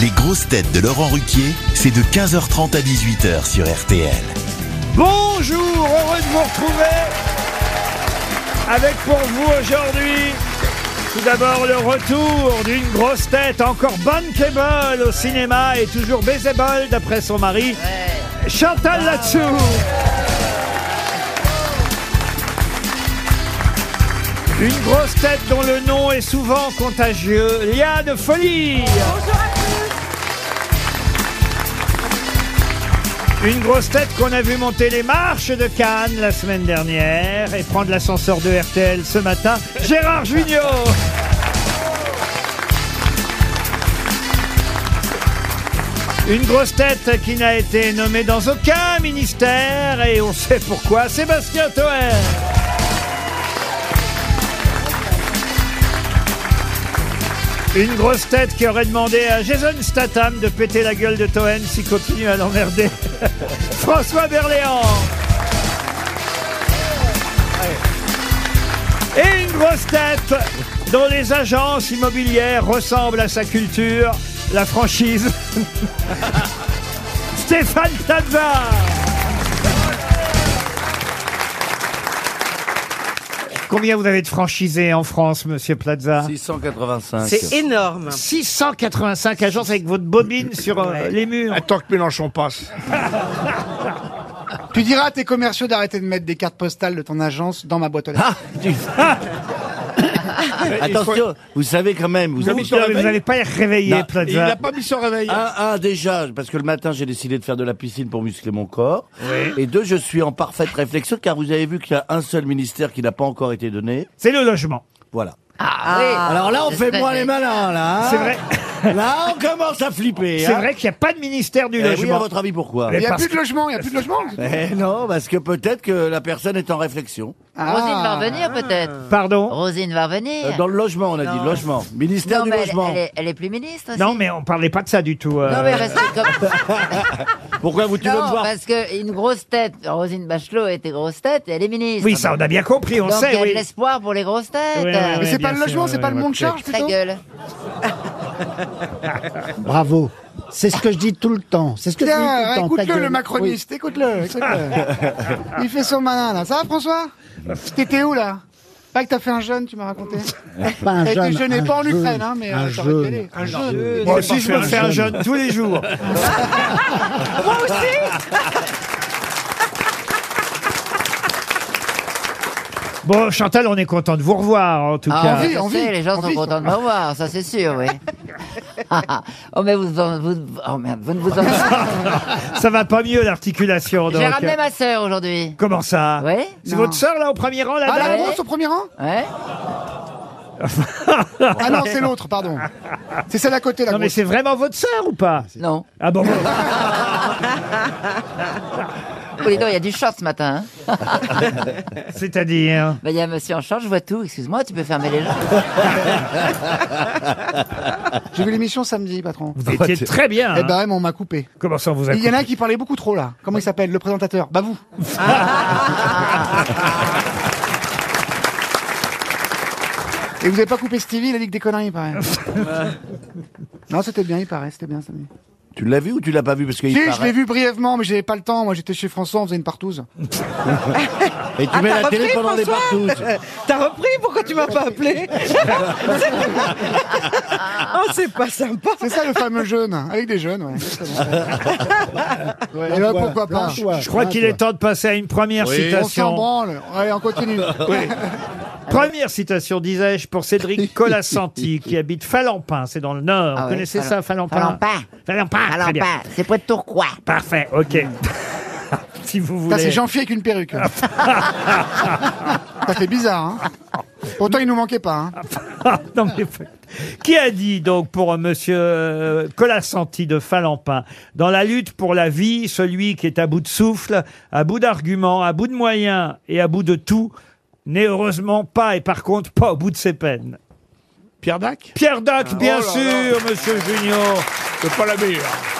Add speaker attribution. Speaker 1: Les grosses têtes de Laurent Ruquier, c'est de 15h30 à 18h sur RTL.
Speaker 2: Bonjour, heureux de vous retrouver avec pour vous aujourd'hui tout d'abord le retour d'une grosse tête encore bonne qu'ébole au cinéma et toujours baisable d'après son mari, Chantal Latsou. Une grosse tête dont le nom est souvent contagieux, Liane Folie. Une grosse tête qu'on a vu monter les marches de Cannes la semaine dernière et prendre l'ascenseur de RTL ce matin, Gérard Junior. Une grosse tête qui n'a été nommée dans aucun ministère et on sait pourquoi, Sébastien Toer. Une grosse tête qui aurait demandé à Jason Statham de péter la gueule de Toen s'il continue à l'emmerder. François Berléand. Et une grosse tête dont les agences immobilières ressemblent à sa culture, la franchise. Stéphane Plaza. Combien vous avez de franchisés en France, monsieur Plaza
Speaker 3: 685.
Speaker 4: C'est énorme.
Speaker 2: 685 agences avec votre bobine sur euh, les murs.
Speaker 5: Ah, Tant que Mélenchon passe.
Speaker 6: Tu diras à tes commerciaux d'arrêter de mettre des cartes postales de ton agence dans ma boîte aux lettres.
Speaker 3: Ah, Attention, vous savez quand même, vous savez
Speaker 2: Vous n'allez pas y réveiller,
Speaker 3: Non,
Speaker 2: Plaza.
Speaker 5: Il n'a pas mis son réveil.
Speaker 3: un, un, déjà, parce que le matin, j'ai décidé de faire de la piscine pour muscler mon corps. Et deux, je suis en parfaite réflexion, car vous avez vu qu'il y a un seul ministère qui n'a pas encore été donné.
Speaker 2: C'est le logement.
Speaker 3: Voilà.
Speaker 4: Ah, oui.
Speaker 3: Alors là, on fait moins les malins, là. hein.
Speaker 2: C'est vrai,
Speaker 3: Là, on commence à flipper.
Speaker 2: c'est
Speaker 3: hein.
Speaker 2: vrai qu'il n'y a pas de ministère du
Speaker 3: Eh oui, à
Speaker 2: logement.
Speaker 3: votre avis, pourquoi
Speaker 6: Il n'y a
Speaker 2: parce
Speaker 6: plus de logement, il n'y a plus de logement.
Speaker 3: Eh non, parce que peut-être que la personne est en réflexion.
Speaker 7: Rosine va
Speaker 2: Ah.
Speaker 7: revenir peut-être.
Speaker 2: Pardon
Speaker 7: Rosine va revenir.
Speaker 3: Euh, Dans le logement, on a dit, logement. Ministère
Speaker 7: Eh. non,
Speaker 3: du
Speaker 7: mais elle,
Speaker 3: logement.
Speaker 7: elle est, elle est plus ministre.
Speaker 2: Non,
Speaker 7: si
Speaker 2: mais on parlait pas de ça du tout. euh.
Speaker 7: Non, mais restez comme.
Speaker 3: Pourquoi vous, tu veux me
Speaker 7: non,
Speaker 3: voir
Speaker 7: parce qu'une grosse tête, Rosine Bachelot était grosse tête et elle est ministre.
Speaker 2: Oui, ça, on a bien compris, on
Speaker 7: Donc il
Speaker 2: sait,
Speaker 7: y a
Speaker 2: oui.
Speaker 7: de l'espoir pour les grosses têtes.
Speaker 2: Ouais, ouais, ouais,
Speaker 6: Mais c'est
Speaker 2: bien
Speaker 6: pas le
Speaker 2: sûr,
Speaker 6: logement, c'est
Speaker 2: ouais,
Speaker 6: pas le
Speaker 2: ouais,
Speaker 6: monde de
Speaker 2: ok.
Speaker 6: charge
Speaker 7: Ta
Speaker 6: plutôt.
Speaker 7: gueule.
Speaker 8: Bravo. C'est ce que je dis tout le temps. C'est ce que je dis
Speaker 6: Tiens,
Speaker 8: tout le temps. ta
Speaker 6: écoute-le
Speaker 8: gueule.
Speaker 6: le macroniste, écoute-le, écoute-le. Il fait son malin là. Ça va François T'étais où là Pas que t'as fait un jeûne, tu m'as raconté.
Speaker 8: Oui, pas un
Speaker 6: Et
Speaker 8: jeune,
Speaker 6: tu jeûnais
Speaker 8: un
Speaker 6: pas en
Speaker 8: jeune,
Speaker 6: Ukraine, hein, mais
Speaker 8: un
Speaker 6: euh, ça aurait pu
Speaker 8: jeune.
Speaker 6: aller. Un jeûne.
Speaker 2: Moi aussi, je me fais un jeûne tous les jours.
Speaker 4: Moi aussi
Speaker 2: Bon, Chantal, on est content de vous revoir, en tout
Speaker 7: Ah,
Speaker 2: cas.
Speaker 6: oui.
Speaker 7: je
Speaker 6: on
Speaker 7: sais,
Speaker 6: vit,
Speaker 7: les gens
Speaker 6: on
Speaker 7: sont
Speaker 6: vit,
Speaker 7: contents de me voir, ça c'est sûr, oui. oh, mais vous, en- vous, oh merde, vous ne vous en.
Speaker 2: Ça va pas mieux, l'articulation, donc. euh,
Speaker 7: J'ai ramené ma sœur aujourd'hui.
Speaker 2: Comment ça
Speaker 7: Oui
Speaker 2: C'est
Speaker 6: Non.
Speaker 2: votre sœur, là, au premier rang, la
Speaker 6: Ah, la
Speaker 2: dame
Speaker 6: grosse au premier rang
Speaker 7: Ouais.
Speaker 6: Ah non, c'est l'autre, pardon. C'est celle à côté, la
Speaker 2: Non, mais
Speaker 6: grosse.
Speaker 2: c'est vraiment votre sœur ou pas
Speaker 7: Non.
Speaker 2: Ah bon bon.
Speaker 7: Oh, dis donc, il y a du short ce matin. hein.
Speaker 2: C'est-à-dire
Speaker 7: Ben, Il y a un monsieur en charge, je vois tout. Excuse-moi, tu peux fermer les gens.
Speaker 6: J'ai vu l'émission samedi, patron.
Speaker 2: Vous étiez très bien.
Speaker 6: Eh
Speaker 2: hein.
Speaker 6: ben, on m'a coupé.
Speaker 2: Comment ça, on vous a
Speaker 6: Il y en a
Speaker 2: coupé
Speaker 6: un qui parlait beaucoup trop là. Comment il s'appelle Le présentateur Bah vous. Et vous avez pas coupé Stevie, la Ligue des conneries, il paraît. non, c'était bien, il paraît, c'était bien samedi.
Speaker 3: Tu l'as vu ou tu l'as pas vu Parce qu'il
Speaker 6: Si, je
Speaker 3: paraît-
Speaker 6: l'ai vu brièvement, mais j'avais pas le temps. Moi, j'étais chez François, on faisait une partouze.
Speaker 3: Et tu mets la télé pendant les partouches.
Speaker 4: T'as repris Pourquoi tu m'as pas appelé Oh, c'est pas sympa.
Speaker 6: C'est ça le fameux jeune, avec des jeunes, ouais. exactement. Et là, pourquoi pas
Speaker 2: Je crois qu'il est temps de passer à une première
Speaker 6: On s'en
Speaker 2: citation.
Speaker 6: branle. Allez, on continue.
Speaker 2: Première citation, disais-je, pour Cédric Colasanti, qui habite Falampin, c'est dans le Nord.
Speaker 7: Ah
Speaker 2: Vous
Speaker 7: oui,
Speaker 2: connaissez
Speaker 7: Fal-
Speaker 2: ça, Falampin
Speaker 7: Falampin.
Speaker 2: Falampin, très
Speaker 7: Alors,
Speaker 2: bien.
Speaker 7: pas, Ah c'est près de Tourcoing.
Speaker 2: Parfait, ok. si vous
Speaker 6: Putain,
Speaker 2: voulez.
Speaker 6: c'est Jean-Fi avec une perruque. ça fait bizarre, hein. Pourtant, il nous manquait pas, hein.
Speaker 2: Non, mais- Qui a dit donc pour euh, Monsieur euh, Colasanti de Falampin, dans la lutte pour la vie, celui qui est à bout de souffle, à bout d'arguments, à bout de moyens et à bout de tout, n'est heureusement pas et par contre pas au bout de ses peines.
Speaker 5: Pierre Dac
Speaker 2: Pierre Dac, bien
Speaker 5: Oh là
Speaker 2: sûr, Monsieur Junior.
Speaker 5: C'est pas la meilleure.